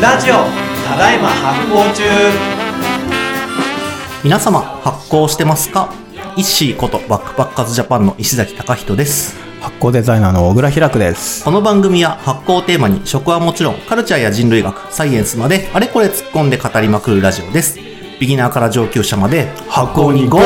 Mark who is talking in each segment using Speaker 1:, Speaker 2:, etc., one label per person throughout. Speaker 1: ラジオただいま発行中
Speaker 2: 皆様発行してますかイッシーことバックパッカーズジャパンの石崎貴人です
Speaker 3: 発行デザイナーの小倉開くです。
Speaker 2: この番組は発行をテーマに食はもちろんカルチャーや人類学サイエンスまであれこれ突っ込んで語りまくるラジオですビギナーから上級者まで発行に GO!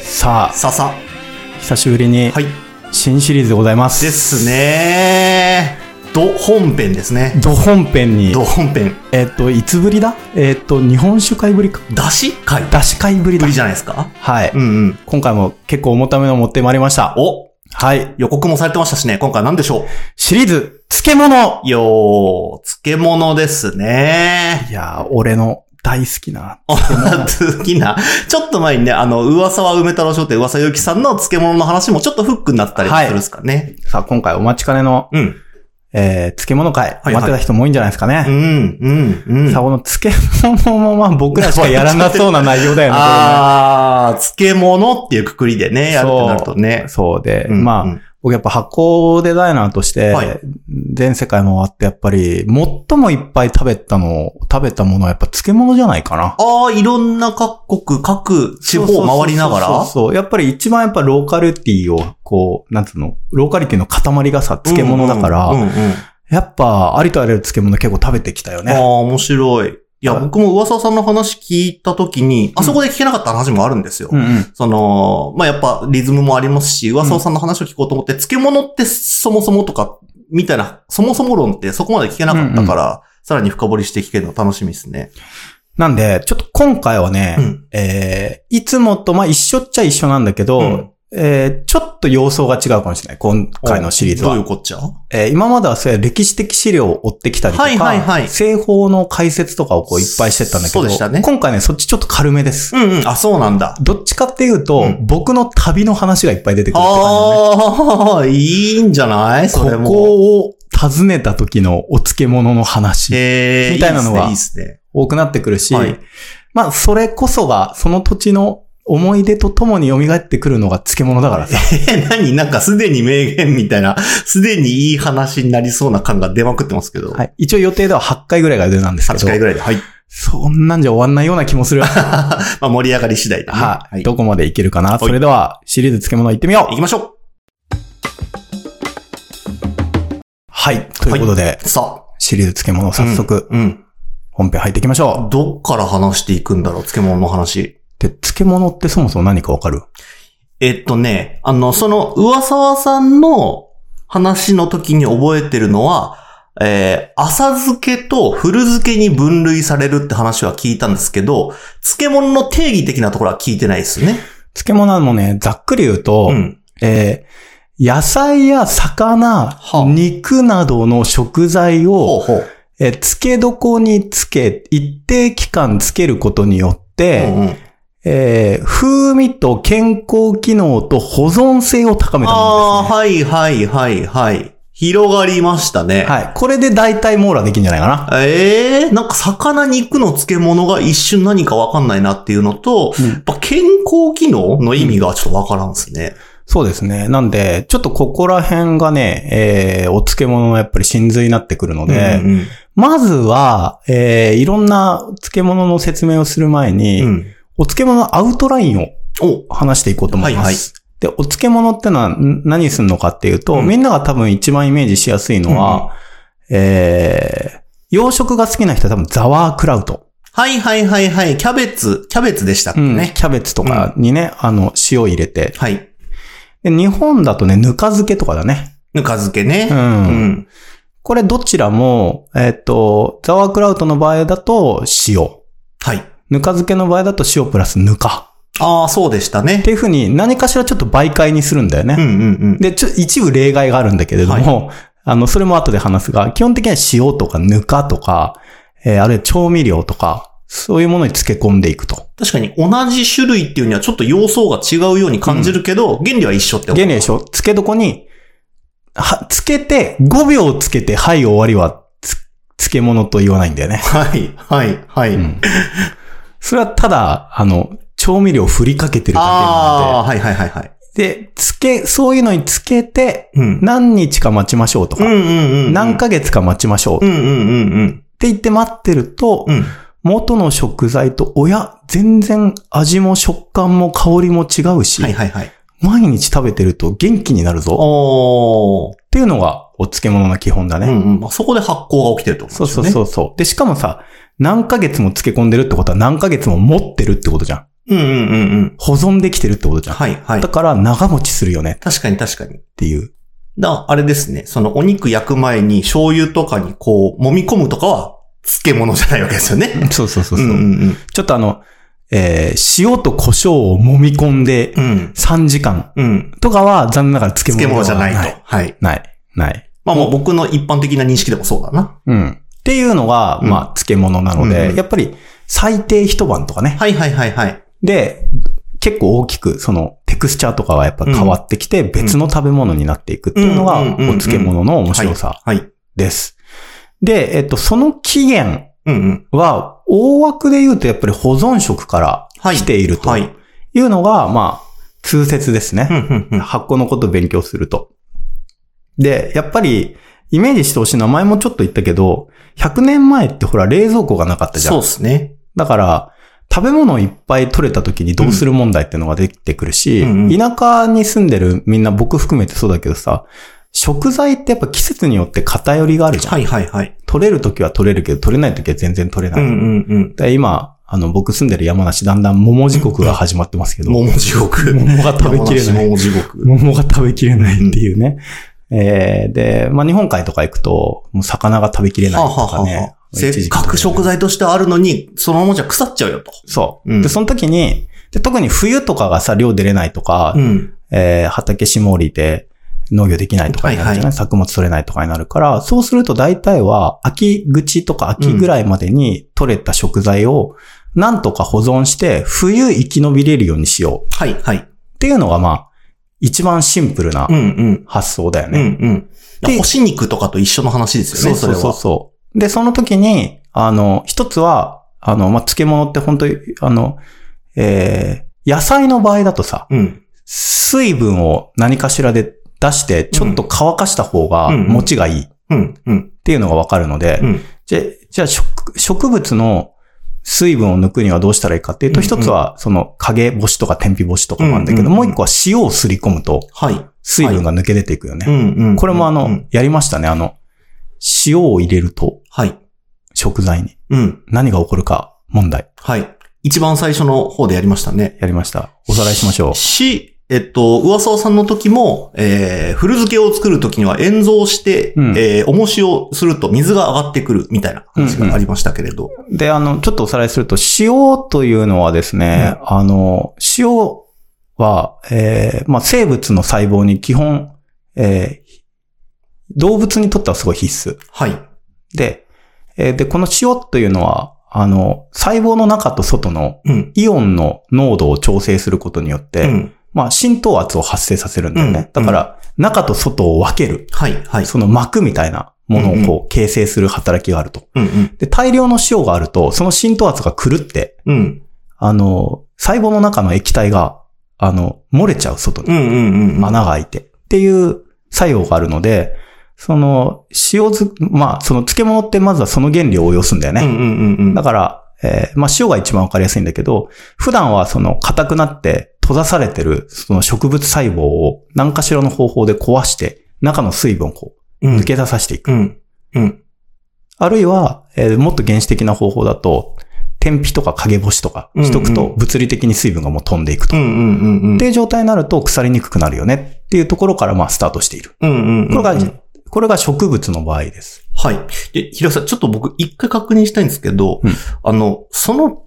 Speaker 3: さ
Speaker 2: ささ
Speaker 3: あ、久しぶりに
Speaker 2: はい
Speaker 3: 新シリーズでございます。
Speaker 2: ですねど本編ですね
Speaker 3: ど本編に
Speaker 2: ど、本編
Speaker 3: えっと、いつぶりだえっと、日本酒会ぶりか。
Speaker 2: 出し会
Speaker 3: 出し会ぶり
Speaker 2: ぶ
Speaker 3: だ
Speaker 2: り。じゃないですか
Speaker 3: はい、
Speaker 2: うんうん
Speaker 3: 今回も結構重ための持ってまいりました。
Speaker 2: お
Speaker 3: はい。
Speaker 2: 予告もされてましたしね今回は何でしょ
Speaker 3: シリーズ、漬物
Speaker 2: うよー漬物ですね
Speaker 3: いやー、俺の大好きな。
Speaker 2: 好きな。ちょっと前にね、あの、噂は梅太郎商店、噂ゆきさんの漬物の話もちょっとフックになったりするんですかね。
Speaker 3: さあ、今回お待ちかねの、
Speaker 2: うん。
Speaker 3: えー、漬物会、
Speaker 2: はいはい
Speaker 3: 待ってた人も多いんじゃないですかね。
Speaker 2: うん、うん、うん
Speaker 3: さあ、。この漬物もまあ僕らしかやらなそうな内容だよね。これね
Speaker 2: あー、漬物っていうくくりでね、やるってなるとね。
Speaker 3: そうで、
Speaker 2: うん
Speaker 3: まあ、
Speaker 2: うん
Speaker 3: 僕やっぱ発行デザイナーとして、
Speaker 2: はい
Speaker 3: 全世界回ってやっぱり、最もいっぱい食べたの、食べたものはやっぱ漬物じゃないかな。
Speaker 2: あー、いろんな各国、各地方を回りながら。
Speaker 3: そうそうそうそうやっぱり一番やっぱローカリティを、こう、なんつうの、ローカリティの塊がさ、漬物だから、
Speaker 2: うんうんうんうん
Speaker 3: やっぱありとあらゆる漬物結構食べてきたよ
Speaker 2: あー、
Speaker 3: ね。
Speaker 2: 面白い。いや、僕も噂さんの話聞いたときに、あそこで聞けなかった話もあるんですよ。
Speaker 3: うんうん。
Speaker 2: その、まあ、やっぱリズムもありますし、噂尾さんの話を聞こうと思って、漬物ってそもそもとか、みたいな、そもそも論ってそこまで聞けなかったから、さらに深掘りして聞けるの楽しみですね。
Speaker 3: なんで、ちょっと今回はね、
Speaker 2: うん
Speaker 3: えーいつもとまあ一緒っちゃ一緒なんだけど、
Speaker 2: うん
Speaker 3: えーちょっと様相が違うかもしれない。今回のシリーズは。
Speaker 2: どういうこっちゃ
Speaker 3: えー今まではそういう歴史的資料を追ってきたりとか、
Speaker 2: はいはいはい
Speaker 3: 製法の解説とかをこういっぱいしてったんだけ
Speaker 2: そ
Speaker 3: ど、
Speaker 2: うでしたね
Speaker 3: 今回ね、そっちちょっと軽めです。
Speaker 2: うんうん。あ、そうなんだ。
Speaker 3: どっちかっていうと、
Speaker 2: うん
Speaker 3: 僕の旅の話がいっぱい出てくるって感じだね。
Speaker 2: ああ、いいんじゃないそれ
Speaker 3: こ
Speaker 2: も。
Speaker 3: こを訪ねた時のお漬物の話、
Speaker 2: えー、
Speaker 3: みたいなのはい
Speaker 2: いっすね。いいっすね
Speaker 3: 多くなってくるし、
Speaker 2: はい
Speaker 3: まあ、それこそが、その土地の思い出とともに蘇ってくるのが漬物だからさ。
Speaker 2: えー、何なんかすでに名言みたいな、すでにいい話になりそうな感が出まくってますけど。
Speaker 3: はい、一応予定では8回ぐらいが出なんですけ
Speaker 2: 8回
Speaker 3: ど、
Speaker 2: ぐらいで。 はい。
Speaker 3: そんなんじゃ終わんないような気もする。
Speaker 2: まあ盛り上がり次第だね。
Speaker 3: はい。どこまでいけるかな。それでは、シリーズ漬物いってみよ
Speaker 2: 行
Speaker 3: う
Speaker 2: きましょ
Speaker 3: はい。ということで、
Speaker 2: うさあ。
Speaker 3: シリーズ漬物を早速、
Speaker 2: うん。
Speaker 3: 本編入っていきましょう。
Speaker 2: どっから話していくんだろう、漬物の話。
Speaker 3: で、漬物ってそもそも何かわかる
Speaker 2: えっとね、あの、その、上沢さんの話の時に覚えてるのは、えー、浅漬けと古漬けに分類されるって話は聞いたんですけど、漬物の定義的なところは聞いてないですね。
Speaker 3: 漬物もね、ざっくり言うと、
Speaker 2: うん。
Speaker 3: えー野菜や魚、
Speaker 2: は
Speaker 3: 肉などの食材
Speaker 2: ほう
Speaker 3: を、
Speaker 2: ほう。
Speaker 3: えー漬け床につけ、一定期間漬けることによって、
Speaker 2: うんうん
Speaker 3: えー風味と健康機能と保存性を高めたもの
Speaker 2: あ
Speaker 3: です
Speaker 2: あ、はいはいはいはい。広がりましたね。
Speaker 3: ね。はい。これで大体網羅できるんじゃないかな。
Speaker 2: ええなんか魚肉の漬物が一瞬何かわかんないなっていうのと、
Speaker 3: うん
Speaker 2: やっぱ健康機能の意味がちょっとわからんですね。
Speaker 3: そうですね。なんで、ちょっとここら辺がね、えー、お漬物のやっぱり真髄になってくるので、
Speaker 2: うん
Speaker 3: まずは、えー、いろんな漬物の説明をする前に、
Speaker 2: うんうん
Speaker 3: お漬物のアウトラインを
Speaker 2: お、
Speaker 3: 話していこうと思います。で、お漬物ってのはん何するのかっていうと、
Speaker 2: うん
Speaker 3: みんなが多分一番イメージしやすいのは、えー、洋食が好きな人は多分ザワークラウト。
Speaker 2: はいはいはいはい。キャベツ、キャベツでしたっけ
Speaker 3: うん
Speaker 2: ね。
Speaker 3: キャベツとかにね、あの、塩入れて。
Speaker 2: はい。
Speaker 3: で日本だとね、ぬか漬けとかだね。
Speaker 2: ぬか漬けね。
Speaker 3: うん
Speaker 2: うん。
Speaker 3: これどちらも、えっ、と、ザワークラウトの場合だと塩。
Speaker 2: はい。
Speaker 3: ぬか漬けの場合だと塩プラスぬか。
Speaker 2: ああ、そうでした
Speaker 3: っ
Speaker 2: ね
Speaker 3: て。いう風に何かしらちょっと媒介にするんだよ
Speaker 2: うん
Speaker 3: ね。
Speaker 2: うん
Speaker 3: で、ちょ、一部例外があるんだけれども、あの、それも後で話すが、基本的には塩とかぬかとか、えーあるいは調味料とか、そういうものに漬け込んでいくと。
Speaker 2: うん。確かに同じ種類っていうにはちょっと様相が違うように感じるけど、原理は一緒ってこと
Speaker 3: 原理でしょ漬け床に、は、漬けて、5秒漬けて、はい、終わりは、つ、漬物と言わないんだよね。
Speaker 2: はい、はい、はい。
Speaker 3: うん。それはただ、あの、調味料を振りかけてるだけなので
Speaker 2: ああ、はいはいはいはい。
Speaker 3: で、つけ、そういうのにつけて、
Speaker 2: うん。
Speaker 3: 何日か待ちましょうとか、
Speaker 2: うんうんうんうん。
Speaker 3: 何ヶ月か待ちましょう
Speaker 2: う
Speaker 3: っ
Speaker 2: んうんうんうん。
Speaker 3: て言って待ってると、
Speaker 2: うん。
Speaker 3: 元の食材と、おや、全然味も食感も香りも違うし、
Speaker 2: はいはいはい。
Speaker 3: 毎日食べてると元気になるぞ
Speaker 2: おー。
Speaker 3: っていうのがお漬物の基本だね。
Speaker 2: うんうん。まあそこで発酵が起きてるってこと
Speaker 3: そう
Speaker 2: です
Speaker 3: そ
Speaker 2: よ
Speaker 3: う
Speaker 2: ね。
Speaker 3: そうそう。で、しかもさ、何ヶ月も漬け込んでるってことは何ヶ月も持ってるってことじゃん。
Speaker 2: う。うんうんうんうん。
Speaker 3: 保存できてるってことじゃん。
Speaker 2: はいはい
Speaker 3: だ。から長持ちするよねっ
Speaker 2: 確かに確かに。
Speaker 3: ていう。
Speaker 2: だからあれですね。そのお肉焼く前に醤油とかにこう揉み込むとかは漬物じゃないわけですよね。
Speaker 3: そうそうそう
Speaker 2: う
Speaker 3: そ
Speaker 2: ん
Speaker 3: う、
Speaker 2: うん
Speaker 3: ちょっとあの、えー塩と胡椒を揉み込んで
Speaker 2: うん。うん。
Speaker 3: 3時間
Speaker 2: うん。
Speaker 3: とかは残念ながら漬物
Speaker 2: 漬物じゃない
Speaker 3: では
Speaker 2: と。はい。
Speaker 3: ない。ない。ない。
Speaker 2: まあもう僕の一般的な認識でもそうだな。
Speaker 3: うん。っていうのが、
Speaker 2: うん
Speaker 3: まあ、漬物なので、
Speaker 2: うん
Speaker 3: やっぱり最低一晩とかね。
Speaker 2: はいはいはいはい。
Speaker 3: で、結構大きく、その、テクスチャーとかはやっぱ変わってきて、別の食べ物になっていくっていうのが、
Speaker 2: うんうん
Speaker 3: お
Speaker 2: うんうん
Speaker 3: 漬物の面白さ
Speaker 2: はい。はい
Speaker 3: です。で、えっと、その起源
Speaker 2: うんうん。
Speaker 3: は、大枠で言うとやっぱり保存食から
Speaker 2: はい。
Speaker 3: 来ていると
Speaker 2: はい。
Speaker 3: いうのが、まあ、通説ですね
Speaker 2: う。んうんうん。
Speaker 3: 発酵のことを勉強すると。で、やっぱり、イメージしてほしい名前もちょっと言ったけど、100年前ってほら冷蔵庫がなかったじゃ
Speaker 2: そうんで。すね。
Speaker 3: だから、食べ物をいっぱい取れた時にどうする問題っていうのが出てくるし、
Speaker 2: うんうん
Speaker 3: 田舎に住んでるみんな僕含めてそうだけどさ、食材ってやっぱ季節によって偏りがあるじゃん。
Speaker 2: はいはいはい。
Speaker 3: 取れる時は取れるけど、取れない時は全然取れ
Speaker 2: う
Speaker 3: ない。
Speaker 2: んうん
Speaker 3: で今、あの、僕住んでる山梨、だんだん桃時刻が始まってますけ
Speaker 2: う
Speaker 3: ど、
Speaker 2: ん。桃地獄。
Speaker 3: 桃が食べきれない
Speaker 2: 山梨桃地獄。
Speaker 3: 桃が食べきれないっていうね。えー、で、まあ、日本海とか行くと、もう魚が食べきれないとかね。
Speaker 2: せっかく
Speaker 3: 一時期と
Speaker 2: 食
Speaker 3: ね
Speaker 2: 材としてあるのに、そのままじゃ腐っちゃうよと。
Speaker 3: そう、
Speaker 2: うん
Speaker 3: で、その時に、で、特に冬とかがさ、漁出れないとか、
Speaker 2: ん。
Speaker 3: えー、畑絞りで農業できないとかになるじゃない、
Speaker 2: はいは
Speaker 3: 作物取れないとかになるから、そうすると大体は秋口とか秋ぐらいまでに取れた食材をなんとか保存して冬生き延びれるようにしよう
Speaker 2: はいはい。
Speaker 3: っていうのがまあ、一番シンプルな
Speaker 2: うんうん。
Speaker 3: 発想だよ
Speaker 2: う
Speaker 3: ね。
Speaker 2: んうん。
Speaker 3: で
Speaker 2: 干し肉とかと一緒の話ですよね、そ
Speaker 3: そう
Speaker 2: れ
Speaker 3: そうそう
Speaker 2: は。
Speaker 3: そう。で、その時に、あの、一つは、あの、まあ、漬物って本当に、あの、えー、野菜の場合だとさ、
Speaker 2: うん。
Speaker 3: 水分を何かしらで出して、ちょっと乾かした方が
Speaker 2: うん
Speaker 3: 持ちがいいっ
Speaker 2: うんうん。
Speaker 3: ていうのがわかるので、
Speaker 2: うん。
Speaker 3: じゃ、じゃあ植、植物の水分を抜くにはどうしたらいいかっていうと、
Speaker 2: うんうん
Speaker 3: 一つは、その陰干しとか天日干しとかもあるんだけど、
Speaker 2: うんうんうん
Speaker 3: もう一個は塩をすり込むと、
Speaker 2: はい。
Speaker 3: 水分が抜け出ていくよね。
Speaker 2: んうん
Speaker 3: これもあの、
Speaker 2: うん
Speaker 3: やりましたね、あの、塩を入れると、
Speaker 2: はい。
Speaker 3: 食材に。
Speaker 2: うん。
Speaker 3: 何が起こるか問題
Speaker 2: はい。一番最初の方でやりましたね。
Speaker 3: やりました。おさらいしましょう。
Speaker 2: し、えっと、上沢さんの時も、えー、古漬けを作る時には塩蔵して、
Speaker 3: うん
Speaker 2: えー、重しをすると水が上がってくるみたいな話がありましたけれど。
Speaker 3: で、あの、ちょっとおさらいすると、塩というのはですね、あの、塩は、えーまあ、生物の細胞に基本、えー動物にとってはすごい必須。
Speaker 2: はい。
Speaker 3: で、えーで、この塩というのは、あの、細胞の中と外の
Speaker 2: うん。
Speaker 3: イオンの濃度を調整することによって、
Speaker 2: うん。
Speaker 3: まあ、浸透圧を発生させるんだよね。
Speaker 2: うん
Speaker 3: だから、中と外を分ける。
Speaker 2: はい、はい。
Speaker 3: その膜みたいなものをこう形成する働きがあると。
Speaker 2: うんうん。
Speaker 3: で、大量の塩があると、その浸透圧が狂って、
Speaker 2: うん。
Speaker 3: あの、細胞の中の液体が、あの、漏れちゃう外
Speaker 2: う
Speaker 3: に、
Speaker 2: んうんうん。
Speaker 3: 穴が開いて、っていう作用があるので、その、塩漬、まあ、その漬物ってまずはその原理を応用すんだよ
Speaker 2: う
Speaker 3: ね。
Speaker 2: んうんうんうん。
Speaker 3: だから、えーまあ、塩が一番わかりやすいんだけど、普段はその、硬くなって、閉ざされてる、その植物細胞を何かしらの方法で壊して、中の水分をこ
Speaker 2: う
Speaker 3: うん抜け出させていく。
Speaker 2: うん。うん。
Speaker 3: あるいは、えーもっと原始的な方法だと、天日とか陰干しとかしとく
Speaker 2: うん
Speaker 3: と
Speaker 2: う、
Speaker 3: 物理的に水分がもう飛んでいくと。
Speaker 2: うんうんうんうん。
Speaker 3: っていう状態になると腐りにくくなるよねっていうところからまあスタートしている。
Speaker 2: うんうんうん。
Speaker 3: これが、これが植物の場合です。
Speaker 2: はい。で、平さん、ちょっと僕一回確認したいんですけど、
Speaker 3: うん
Speaker 2: あの、その、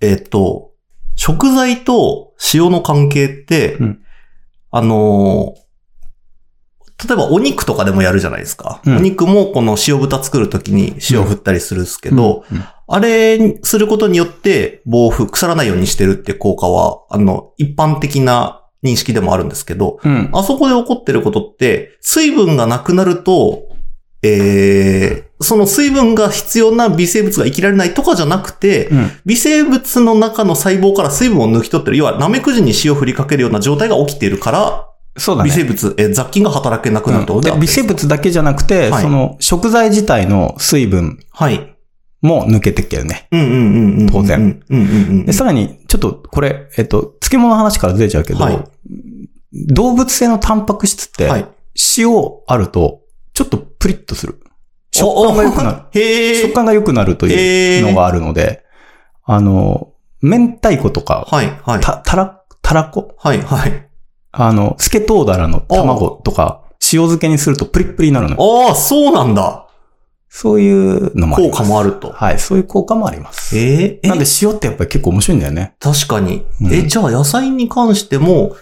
Speaker 2: えっ、と、食材と塩の関係って、
Speaker 3: うん
Speaker 2: あのー例えばお肉とかでもやるじゃないですか。
Speaker 3: うん
Speaker 2: お肉もこの塩豚作るときに塩振ったりするんですけど、
Speaker 3: うん、
Speaker 2: あれにすることによって防腐、腐らないようにしてるって効果は、あの、一般的な認識でもあるんですけど、
Speaker 3: うん。
Speaker 2: あそこで起こってることって、水分がなくなると、えーその水分が必要な微生物が生きられないとかじゃなくて、
Speaker 3: うん
Speaker 2: 微生物の中の細胞から水分を抜き取ってる、要はナメクジに塩を振りかけるような状態が起きているから、
Speaker 3: そうだね。
Speaker 2: 微生物、えー雑菌が働けなくなるって
Speaker 3: う
Speaker 2: こと
Speaker 3: ん
Speaker 2: で
Speaker 3: で
Speaker 2: あって
Speaker 3: 微生物だけじゃなくて、
Speaker 2: はい
Speaker 3: その食材自体の水分
Speaker 2: はい。
Speaker 3: も抜けてきてるね。
Speaker 2: うんうんうんうんうん。
Speaker 3: 当然。
Speaker 2: うんうんうん
Speaker 3: で、。さらに、ちょっとこれ、えっと、漬物の話からずれちゃうけど、
Speaker 2: はい
Speaker 3: 動物性のタンパク質って、
Speaker 2: はい。
Speaker 3: 塩あると、ちょっとプリッとする。食感が良くなる。
Speaker 2: る。へえ。
Speaker 3: 食感が良くなるとい
Speaker 2: え
Speaker 3: う
Speaker 2: ー
Speaker 3: のがあるので、あの、明太子とか、
Speaker 2: はいはい。
Speaker 3: た、たら、たらこ
Speaker 2: はいはい。
Speaker 3: あの、スケトウダラの卵とか、塩漬けにするとプリップリになるのよ。
Speaker 2: ああ、そうなんだ。
Speaker 3: そういうのもあり
Speaker 2: 効
Speaker 3: ます
Speaker 2: 果もあると。
Speaker 3: はい、そういう効果もあります。
Speaker 2: えーえ
Speaker 3: なんで塩ってやっぱり結構面白いんだよね。
Speaker 2: 確かに。
Speaker 3: うん
Speaker 2: え、じゃあ野菜に関しても、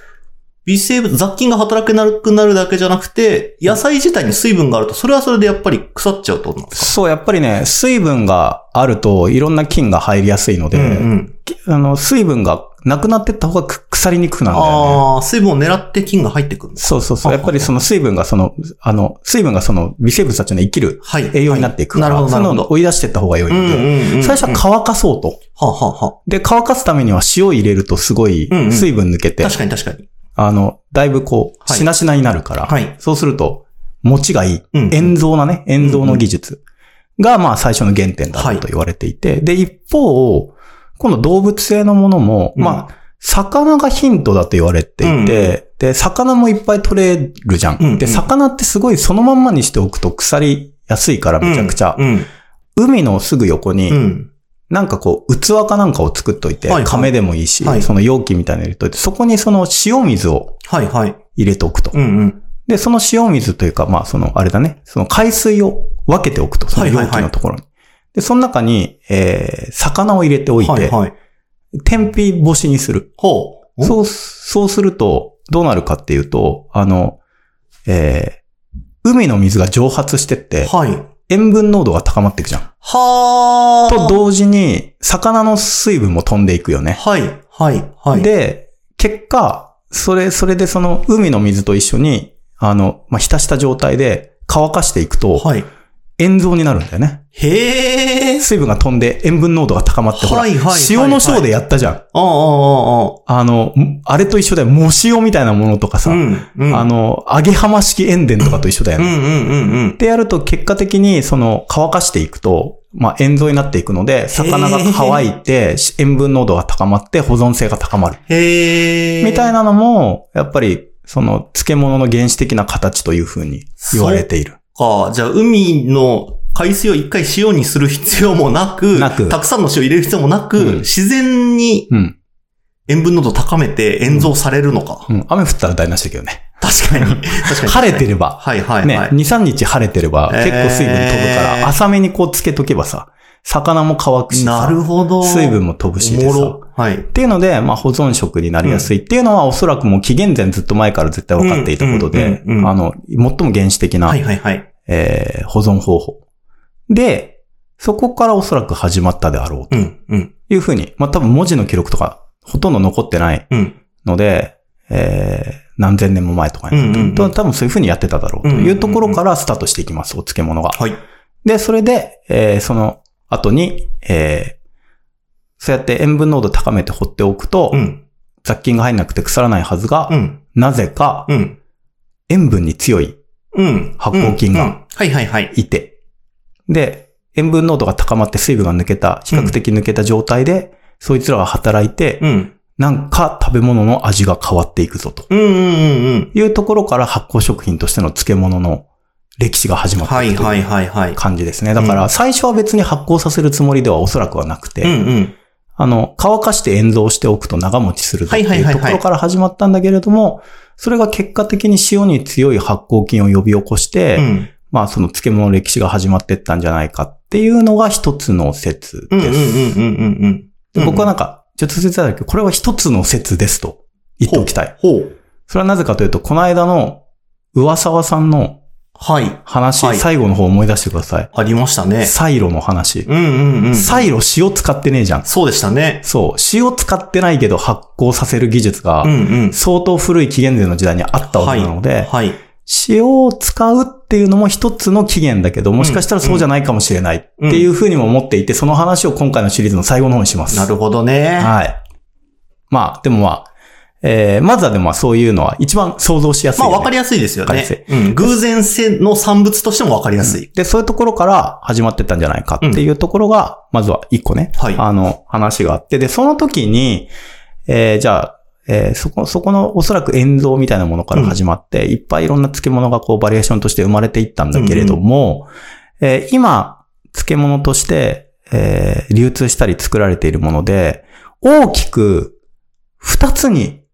Speaker 2: 微生物、雑菌が働けなくなるだけじゃなくて、野菜自体に水分があると、それはそれでやっぱり腐っちゃうってことなんです
Speaker 3: そう、やっぱりね、水分があるといろんな菌が入りやすいの
Speaker 2: か
Speaker 3: で、
Speaker 2: うんうん。
Speaker 3: きあの、水分がなくなってった方がく腐りにくくなるんだよね。
Speaker 2: ああ、水分を狙って菌が入ってくるんです。
Speaker 3: そうそうそう。やっぱりその水分がその、あの、水分がその微生物たちの生きる
Speaker 2: はい。
Speaker 3: 栄養になっていくから、
Speaker 2: はいな
Speaker 3: そ
Speaker 2: る
Speaker 3: うい
Speaker 2: ほど、
Speaker 3: う
Speaker 2: なる
Speaker 3: の
Speaker 2: ほ
Speaker 3: を追い出していった方が良い
Speaker 2: ど。
Speaker 3: ので、
Speaker 2: んうん
Speaker 3: 最初は
Speaker 2: は
Speaker 3: 乾かそうと。
Speaker 2: あはあは
Speaker 3: で、乾かすためには塩入れるとすごい
Speaker 2: うんうん
Speaker 3: 水分抜け
Speaker 2: あ
Speaker 3: て、
Speaker 2: 確かに確かに。
Speaker 3: あの、だいぶこう、
Speaker 2: はい
Speaker 3: しなしなになるから、
Speaker 2: はい。
Speaker 3: そうすると、持ちがいい。
Speaker 2: うん
Speaker 3: 塩蔵なね、塩蔵の技術が、まあ最初の原点だ
Speaker 2: は
Speaker 3: ろ
Speaker 2: いう
Speaker 3: と言われていて、で、一方、今度動物性のものも、
Speaker 2: うん
Speaker 3: まあ、魚がヒントだと言われていて、で、魚もいっぱい取れるじゃん。
Speaker 2: うんうん
Speaker 3: で、魚ってすごいそのまんまにしておくと腐りやすいからめちゃくちゃ、
Speaker 2: うん。
Speaker 3: 海のすぐ横に、
Speaker 2: うん。
Speaker 3: なんかこう、器かなんかを作っといて、
Speaker 2: はいはい
Speaker 3: 亀でもいいし、
Speaker 2: はい
Speaker 3: その容器みたいなの入れといて、そこにその塩水を
Speaker 2: はいはい。
Speaker 3: 入れておくと。
Speaker 2: うんうん。
Speaker 3: で、その塩水というか、まあ、その、あれだね、その海水を分けておくと、その容器のところに。で、その中に、えー、魚を入れておいて、
Speaker 2: はいはい。
Speaker 3: 天日干しにする。
Speaker 2: ほう。う。
Speaker 3: そう、そうすると、どうなるかっていうと、あの、えー、海の水が蒸発してって、
Speaker 2: はい。
Speaker 3: 塩分濃度が高まっていくじゃん。
Speaker 2: はあ。
Speaker 3: と同時に、魚の水分も飛んでいくよね。
Speaker 2: はい。はい。はい。、
Speaker 3: で、結果、それ、それでその海の水と一緒に、あの、まあ、浸した状態で乾かしていくと、
Speaker 2: はい。
Speaker 3: 塩蔵になるんだよね。
Speaker 2: へえ。
Speaker 3: 水分が飛んで塩分濃度が高まって、ほら
Speaker 2: はいはいはい
Speaker 3: 塩の章でやったじゃん。
Speaker 2: ああ、ああ、ああ。
Speaker 3: あの、んあれと一緒だよ。藻塩みたいなものとかさ、
Speaker 2: うん、うん、
Speaker 3: あの、揚げ浜式塩田とかと一緒だよ
Speaker 2: うん、
Speaker 3: ね。
Speaker 2: う
Speaker 3: っ
Speaker 2: ん、うん、うん。
Speaker 3: てやると結果的にその乾かしていくと、まあ塩蔵になっていくので、魚が乾いてし塩分濃度が高まって保存性が高まる。
Speaker 2: へえ。
Speaker 3: みたい
Speaker 2: な。
Speaker 3: なのも、やっぱりその漬物の原始的な形というふうに言われている。
Speaker 2: か、じゃあ、海の海水を一回塩にする必要もなく、
Speaker 3: なく
Speaker 2: たくさんの塩入れる必要もなく、
Speaker 3: うん
Speaker 2: 自然に
Speaker 3: うん。
Speaker 2: 塩分濃度高めて塩蔵されるのか。
Speaker 3: うん。雨降ったら台無しだけどね。
Speaker 2: 確かに。確かに。
Speaker 3: 晴れてれば、
Speaker 2: はい、はい、
Speaker 3: ね、
Speaker 2: はい。
Speaker 3: 2、3日晴れてれば
Speaker 2: えー
Speaker 3: 結構水分飛ぶから、浅めにこうつけとけばさ、魚も乾くし
Speaker 2: な
Speaker 3: さ、
Speaker 2: るほど。
Speaker 3: 水分も飛ぶしで
Speaker 2: おも
Speaker 3: さ。
Speaker 2: ろ。はい。
Speaker 3: っていうので、まあ保存食になりやすいっていうのは、おそらくもう紀元前ずっと前から絶対分かっていたことで、
Speaker 2: うんうんうんうん
Speaker 3: あの、最も原始的な、
Speaker 2: はい、はい、はい。
Speaker 3: えー保存方法。で、そこからおそらく始まったであろう
Speaker 2: うん、うん、
Speaker 3: というふうに、まあ多分文字の記録とかほとんど残ってない
Speaker 2: うん。
Speaker 3: ので、えー何千年も前とかになって、
Speaker 2: うんうんうん
Speaker 3: 多分そういうふうにやってただろうというところからスタートしていきます、お漬物が。
Speaker 2: はい。
Speaker 3: で、それで、えーその後に、えーそうやって塩分濃度高めて放っておくと、
Speaker 2: うん、
Speaker 3: 雑菌が入んなくて腐らないはずが、
Speaker 2: うん、
Speaker 3: なぜか
Speaker 2: うん、
Speaker 3: 塩分に強い
Speaker 2: うん。
Speaker 3: 発酵菌
Speaker 2: う
Speaker 3: が
Speaker 2: んうんはい、はい、はい。
Speaker 3: いて、で、塩分濃度が高まって水分が抜けた、比較的抜けた状態で、そいつらは働いて、
Speaker 2: うん。
Speaker 3: なんか食べ物の味が変わっていくぞと
Speaker 2: うん、うん、うん、うん。
Speaker 3: いうところから発酵食品としての漬物の歴史が始まって
Speaker 2: はいい、
Speaker 3: くと
Speaker 2: はいい、
Speaker 3: う
Speaker 2: はい、はい。
Speaker 3: 感じですね。だから最初は別に発酵させるつもりではおそらくはなくて、
Speaker 2: うん、うん。
Speaker 3: あの、乾かして塩蔵しておくと長持ちするぞって
Speaker 2: はい
Speaker 3: い
Speaker 2: はいはい
Speaker 3: うと
Speaker 2: は
Speaker 3: こ
Speaker 2: い
Speaker 3: ろから始まったんだけれども、それが結果的に塩に強い発酵菌を呼び起こして、
Speaker 2: うん
Speaker 3: まあその漬物の歴史が始まってったんじゃないかっていうのが一つの説
Speaker 2: うん
Speaker 3: で
Speaker 2: うん
Speaker 3: す。
Speaker 2: うんうんうんう
Speaker 3: で
Speaker 2: ん。
Speaker 3: 僕はなん
Speaker 2: か、
Speaker 3: か、ちょっと説だけど、これは一つの説ですと言っておきたい。
Speaker 2: ほう。
Speaker 3: それはなぜかというと、この間の上沢さんの
Speaker 2: はい。
Speaker 3: 話、
Speaker 2: はい
Speaker 3: 最後の方思い出してください。
Speaker 2: ありましたね。
Speaker 3: サイロの話。
Speaker 2: うんうんうん。
Speaker 3: サイロ塩使ってねえじゃん。
Speaker 2: そうでしたね。
Speaker 3: そう。塩使ってないけど発酵させる技術が
Speaker 2: うんうん。
Speaker 3: 相当古い紀元前の時代にあったわけなので、
Speaker 2: はい。
Speaker 3: 塩を使うっていうのも一つの起源だけど、もしかしたらそうじゃないかもしれないっていうふうにも思っていて、その話を今回のシリーズの最後の方にします。
Speaker 2: なるほどね。
Speaker 3: はい。まあ、でもまあ、えー、まずはでもまあそういうのは一番想像しやすい、
Speaker 2: まあ、わかり
Speaker 3: や
Speaker 2: やすいですよ
Speaker 3: わか
Speaker 2: ね
Speaker 3: りやすい。
Speaker 2: うん。偶然性の産物としてもわかりやすい。
Speaker 3: で、そういうところから始まってったんじゃないかっていうところが、まずは一個ね。
Speaker 2: はい
Speaker 3: あの、話があって。で、その時に、えー、じゃあ、えーそこ、そこのおそらく塩蔵みたいなものから始まって、いっぱいいろんな漬物がこうバリエーションとして生まれていったんだけれども、えー今、漬物として、えー流通したり作られているもので、大きく二つに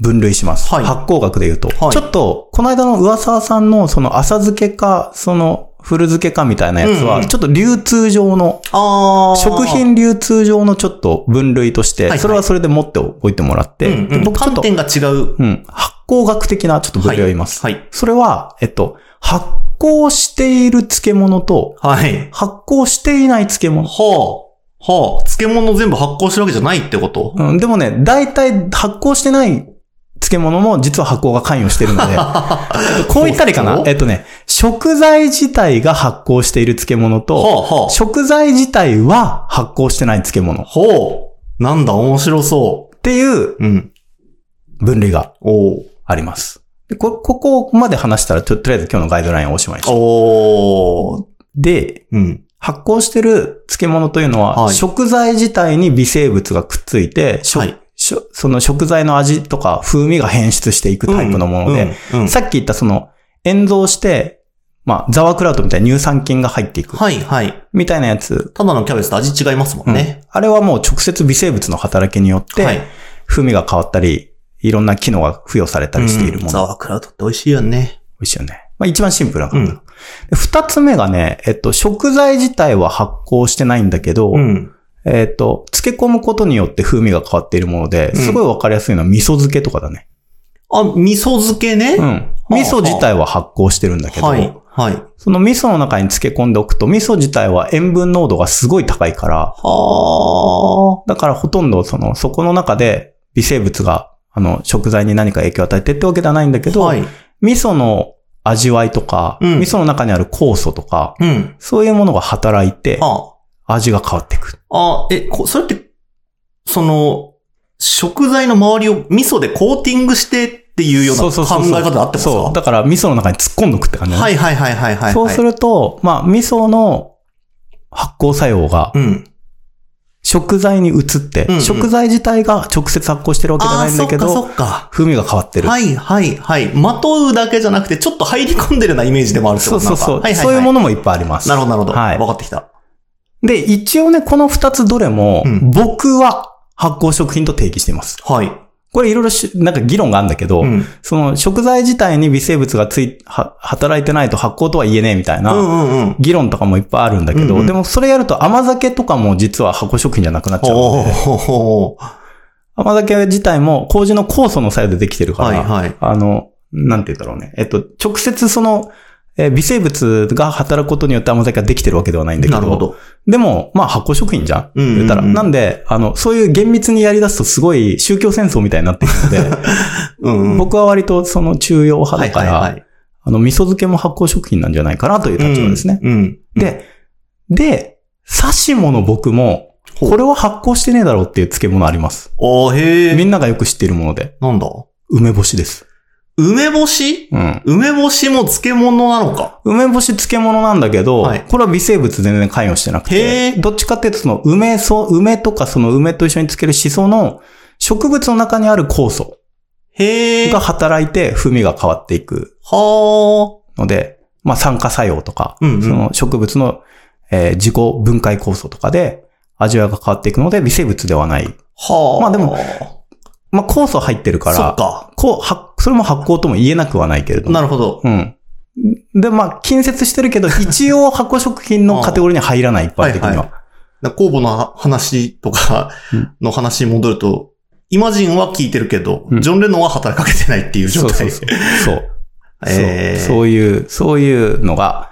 Speaker 3: 分類します。
Speaker 2: はい
Speaker 3: 発酵学で言うと。
Speaker 2: はい
Speaker 3: ちょっと、この間の上沢さんのその浅漬けか、その古漬けかみたいなやつ
Speaker 2: うんう
Speaker 3: は、
Speaker 2: ん
Speaker 3: ちょっと流通上の、
Speaker 2: ああ。
Speaker 3: 食品流通上のちょっと分類とし
Speaker 2: いは
Speaker 3: て、
Speaker 2: い
Speaker 3: それはそれで持っておいてもらって、
Speaker 2: うんうん
Speaker 3: で僕ちょ
Speaker 2: 観
Speaker 3: っと、
Speaker 2: 点が違う。
Speaker 3: うん、発酵学的なちょっと分類を言います。
Speaker 2: はい。
Speaker 3: それは、えっと、発酵している漬物と、
Speaker 2: はい。
Speaker 3: 発酵していない漬物。
Speaker 2: はあ。はあ。漬物全部発酵してるわけじゃないってこと
Speaker 3: うん、でもね、大体発酵してない漬物も実は発酵が関与してるの で、えっとこう言ったらいいかな
Speaker 2: そう
Speaker 3: えっとね、食材自体が発酵している漬物
Speaker 2: は
Speaker 3: と、
Speaker 2: あはあ。
Speaker 3: 食材自体は発酵してない漬物っ
Speaker 2: ほう。なんだ、面白そ
Speaker 3: ていう
Speaker 2: う。うん。
Speaker 3: 分類が
Speaker 2: おう
Speaker 3: あります。でこ、ここまで話したら、ととりあえず今日のガイドラインはおしまいです。
Speaker 2: おー。
Speaker 3: で、
Speaker 2: うん。
Speaker 3: 発酵してる漬物というのは、
Speaker 2: はい
Speaker 3: 食材自体に微生物がくっついて、しょ
Speaker 2: はい
Speaker 3: しょその食材の味とか風味が変質していくタイプのもので、
Speaker 2: うん。うん
Speaker 3: さっき言ったその、塩蔵して、まあ、ザワークラウトみたいな乳酸菌が入っていく。
Speaker 2: はいはい。
Speaker 3: みたいなやつ。
Speaker 2: ただのキャベツと味違いますも
Speaker 3: うん
Speaker 2: んね。
Speaker 3: あれはもう直接微生物の働きによっ
Speaker 2: は
Speaker 3: て、
Speaker 2: い。
Speaker 3: 風味が変わったり、いろんな機能が付与されたりしているも
Speaker 2: うん
Speaker 3: の。
Speaker 2: ザワークラウトって美味しいよね。
Speaker 3: 美味しいよね。まあ一番シンプルな感じ
Speaker 2: うん
Speaker 3: で二つ目がね、えっと、食材自体は発酵してないんだけど、
Speaker 2: うん。
Speaker 3: えっと、漬け込むことによって風味が変わっているもので、
Speaker 2: ん
Speaker 3: すごいわかりやすいのは味噌漬けとかだね。
Speaker 2: あ、味噌漬けね。
Speaker 3: うん。
Speaker 2: あ
Speaker 3: 味噌自体は発酵してるんだけど、
Speaker 2: はい。はい。
Speaker 3: その味噌の中に漬け込んでおくと、味噌自体は塩分濃度がすごい高いから、
Speaker 2: は
Speaker 3: だからほとんどその、そこの中で微生物が、あの、食材に何か影響を与えてってわけではないんだけ
Speaker 2: あ。
Speaker 3: ど、
Speaker 2: はい。
Speaker 3: 味噌の味わいとか、
Speaker 2: うん
Speaker 3: 味噌の中にある酵素とか、
Speaker 2: うん。
Speaker 3: そういうものが働いて、
Speaker 2: あ、
Speaker 3: 味が変わっていく。
Speaker 2: あ、え、こそれって、その、食材の周りを味噌でコーティングしてっていうような考え方であってますか
Speaker 3: そう。だから味噌の中に突っ込んどくって感じ、ね
Speaker 2: はいはいはいはいはい。
Speaker 3: そうす
Speaker 2: る。
Speaker 3: ると、まあ、味噌の発酵作用が
Speaker 2: うん。
Speaker 3: 食材に移って、
Speaker 2: うんうん
Speaker 3: 食材自体が直接発酵してるわけじゃ
Speaker 2: あ
Speaker 3: な
Speaker 2: あ、
Speaker 3: いん
Speaker 2: そ
Speaker 3: だ
Speaker 2: っ
Speaker 3: け
Speaker 2: か
Speaker 3: ど、
Speaker 2: そっか。
Speaker 3: 風味が変わってる。
Speaker 2: はいはいはい。まとうだけじゃなくて、ちょっと入り込んでるようなイメージでもあるって
Speaker 3: そ
Speaker 2: こ
Speaker 3: う
Speaker 2: とな
Speaker 3: そ
Speaker 2: のか
Speaker 3: うそう、
Speaker 2: はいはいはい、
Speaker 3: そういうものもいっぱいあります。
Speaker 2: なるほどなるほど。
Speaker 3: は
Speaker 2: 分
Speaker 3: い。
Speaker 2: かってきた。
Speaker 3: で、一応ね、この二つどれも、
Speaker 2: うん
Speaker 3: 僕は発酵食品と定義しています。
Speaker 2: はい。
Speaker 3: これいろいろし、なんか議論があるんだけど、
Speaker 2: うん。
Speaker 3: その食材自体に微生物がつい、は働いてないと発酵とは言えねえみたいうな、
Speaker 2: んうんうん。
Speaker 3: 議論とかもいっぱいあるんだけど、
Speaker 2: うんうん
Speaker 3: でもそれやると甘酒とかも実は発酵食品じゃなくなっちゃうの
Speaker 2: お
Speaker 3: で、
Speaker 2: お
Speaker 3: 甘酒自体も麹の酵素の作用でできてるから、
Speaker 2: はいはい。
Speaker 3: あの、なんて言うんだろうね。えっと、直接その、えー微生物が働くことによって甘酒ができてるわけではないんだけど、
Speaker 2: なるほど。
Speaker 3: でも、まあ発酵食品じゃん
Speaker 2: うんうんうん
Speaker 3: 言ったら。なんで、あの、そういう厳密にやり出すとすごい宗教戦争みたいになっていくので、
Speaker 2: うんうん。
Speaker 3: 僕は割とその中央派だから、
Speaker 2: はいはいはい、
Speaker 3: あの、味噌漬けも発酵食品なんじゃないかなという立場ですね。
Speaker 2: うん。うん。
Speaker 3: で、で、刺し物僕も、
Speaker 2: ほう
Speaker 3: これは発酵してねえだろうっていう漬物あります。
Speaker 2: おーへ
Speaker 3: み
Speaker 2: え。
Speaker 3: んながよく知っているもので。
Speaker 2: なんだ
Speaker 3: 梅干しです。
Speaker 2: 梅干し
Speaker 3: うん。
Speaker 2: 梅干しも漬物なのか。
Speaker 3: 梅干し漬物なんだけど、
Speaker 2: はい
Speaker 3: これは微生物全然関与してなく
Speaker 2: へ
Speaker 3: て、
Speaker 2: ー
Speaker 3: どっちかっていうとその梅そ、梅とかその梅と一緒に漬けるシソの植物の中にある酵素
Speaker 2: へえ。
Speaker 3: が
Speaker 2: は
Speaker 3: 働いて風味が変わっていく
Speaker 2: ー。
Speaker 3: ので、まあ酸化作用とか、
Speaker 2: うんうん
Speaker 3: その植物の、えー自己分解酵素とかで味わいが変わっていくので微生物ではない
Speaker 2: はあ。
Speaker 3: まあでもまあ、酵素入ってるか
Speaker 2: そっ
Speaker 3: ら、
Speaker 2: か。
Speaker 3: こう、は、それも発酵とも言えなくはないけれども。
Speaker 2: なるほど。
Speaker 3: うん。で、まあ、近接して るけど、一応発酵食品のカテゴリーには入らない、一般的には。
Speaker 2: はいはだから酵母の話とか
Speaker 3: うん
Speaker 2: の話に戻ると、イマジンは聞いてるけど、
Speaker 3: うん
Speaker 2: ジョン・レノンは働きかけてないっていう状
Speaker 3: そう
Speaker 2: 態。
Speaker 3: そう そう。そう。
Speaker 2: えー
Speaker 3: そうそういう、そういうのが、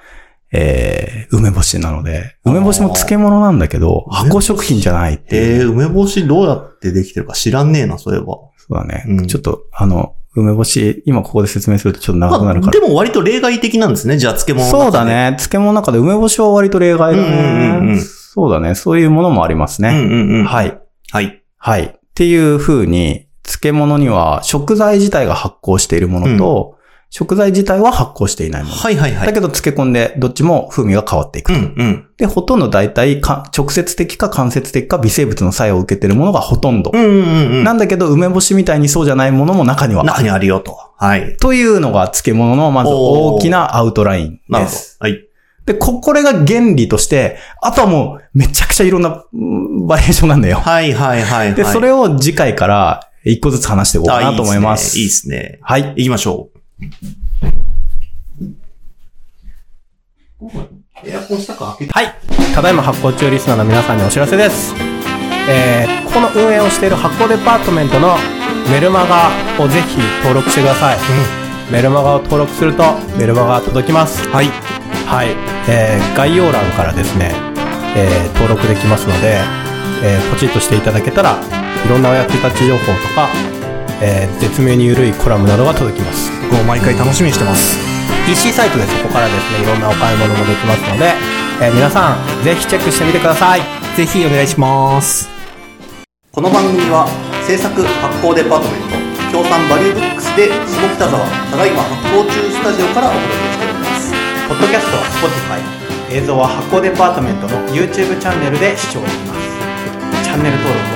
Speaker 3: えー、梅干しなので、梅干しも漬物なんだけど、
Speaker 2: あー
Speaker 3: 発酵食品じゃないってい
Speaker 2: へ
Speaker 3: う。
Speaker 2: え、梅干しどうやってできてるか知らんねえな、そういえば。
Speaker 3: そうだね。
Speaker 2: うん
Speaker 3: ちょっと、あの、梅干し、今ここで説明するとちょっと長くなる
Speaker 2: ま
Speaker 3: か
Speaker 2: あ、でも割と例外的なんですね。じゃあ漬
Speaker 3: ら。
Speaker 2: 物の中で
Speaker 3: そうだ。ね。漬物の中で梅干しは割と例外
Speaker 2: う
Speaker 3: だね。
Speaker 2: んうんうんうん
Speaker 3: そうだね。そういうものもあります
Speaker 2: うん
Speaker 3: ね。
Speaker 2: うんうん。い。
Speaker 3: はい。
Speaker 2: はい。
Speaker 3: はい。っていう風に、漬物には食材自体が発酵しているものと、食材自体は発酵していないもの。
Speaker 2: はいはいは
Speaker 3: だ
Speaker 2: い。
Speaker 3: けど漬け込んで、どっちも風味が変わってい
Speaker 2: う
Speaker 3: くと。
Speaker 2: んうん。
Speaker 3: で、ほとんど大体か、直接的か間接的か微生物の作用を受けているものがほとんど。
Speaker 2: うんうんうん。
Speaker 3: なんだけど、梅干しみたいにそうじゃないものも中にはある
Speaker 2: 中にあるよと。はい。
Speaker 3: というのが漬物のまず大きなアウトライン
Speaker 2: なるほ
Speaker 3: で
Speaker 2: ど
Speaker 3: す。。
Speaker 2: はい。
Speaker 3: で、こ、これが原理として、あとはもうめちゃくちゃいろんなうんバリエーションなんだよ。
Speaker 2: はいはいはいはい。
Speaker 3: で、それを次回から一個ずつ話していこうか
Speaker 2: あ
Speaker 3: なと思います。
Speaker 2: いいですね。いいですね
Speaker 3: はい。
Speaker 2: 行きましょう。エアコン下か開け
Speaker 3: はい。ただいま発行中リスナーの皆さんにお知らせです。えー、ここの運営をしている発行デパートメントのメルマガをぜひ登録してください。メルマガを登録するとメルマガが届きます。はい。はい。えー、概要欄からですね、えー、登録できますので、えー、ポチッとしていただけたら、いろんなお役立ち情報とか、えー、絶妙に緩いコラムなどが届きます。
Speaker 2: 僕も毎回楽しみにしてます。
Speaker 3: EC サイトでそこからですね、いろんなお買い物もできますので、えー皆さん、ぜひチェックしてみてください。
Speaker 2: ぜひお願いします。この番組は制作発行デパートメント協賛バリューブックスで下北沢ただいま発行中スタジオからお届けしております。
Speaker 3: ポッドキャストは Spotify、映像は発行デパートメントの YouTube チャンネルで視聴できます。チャンネル登録を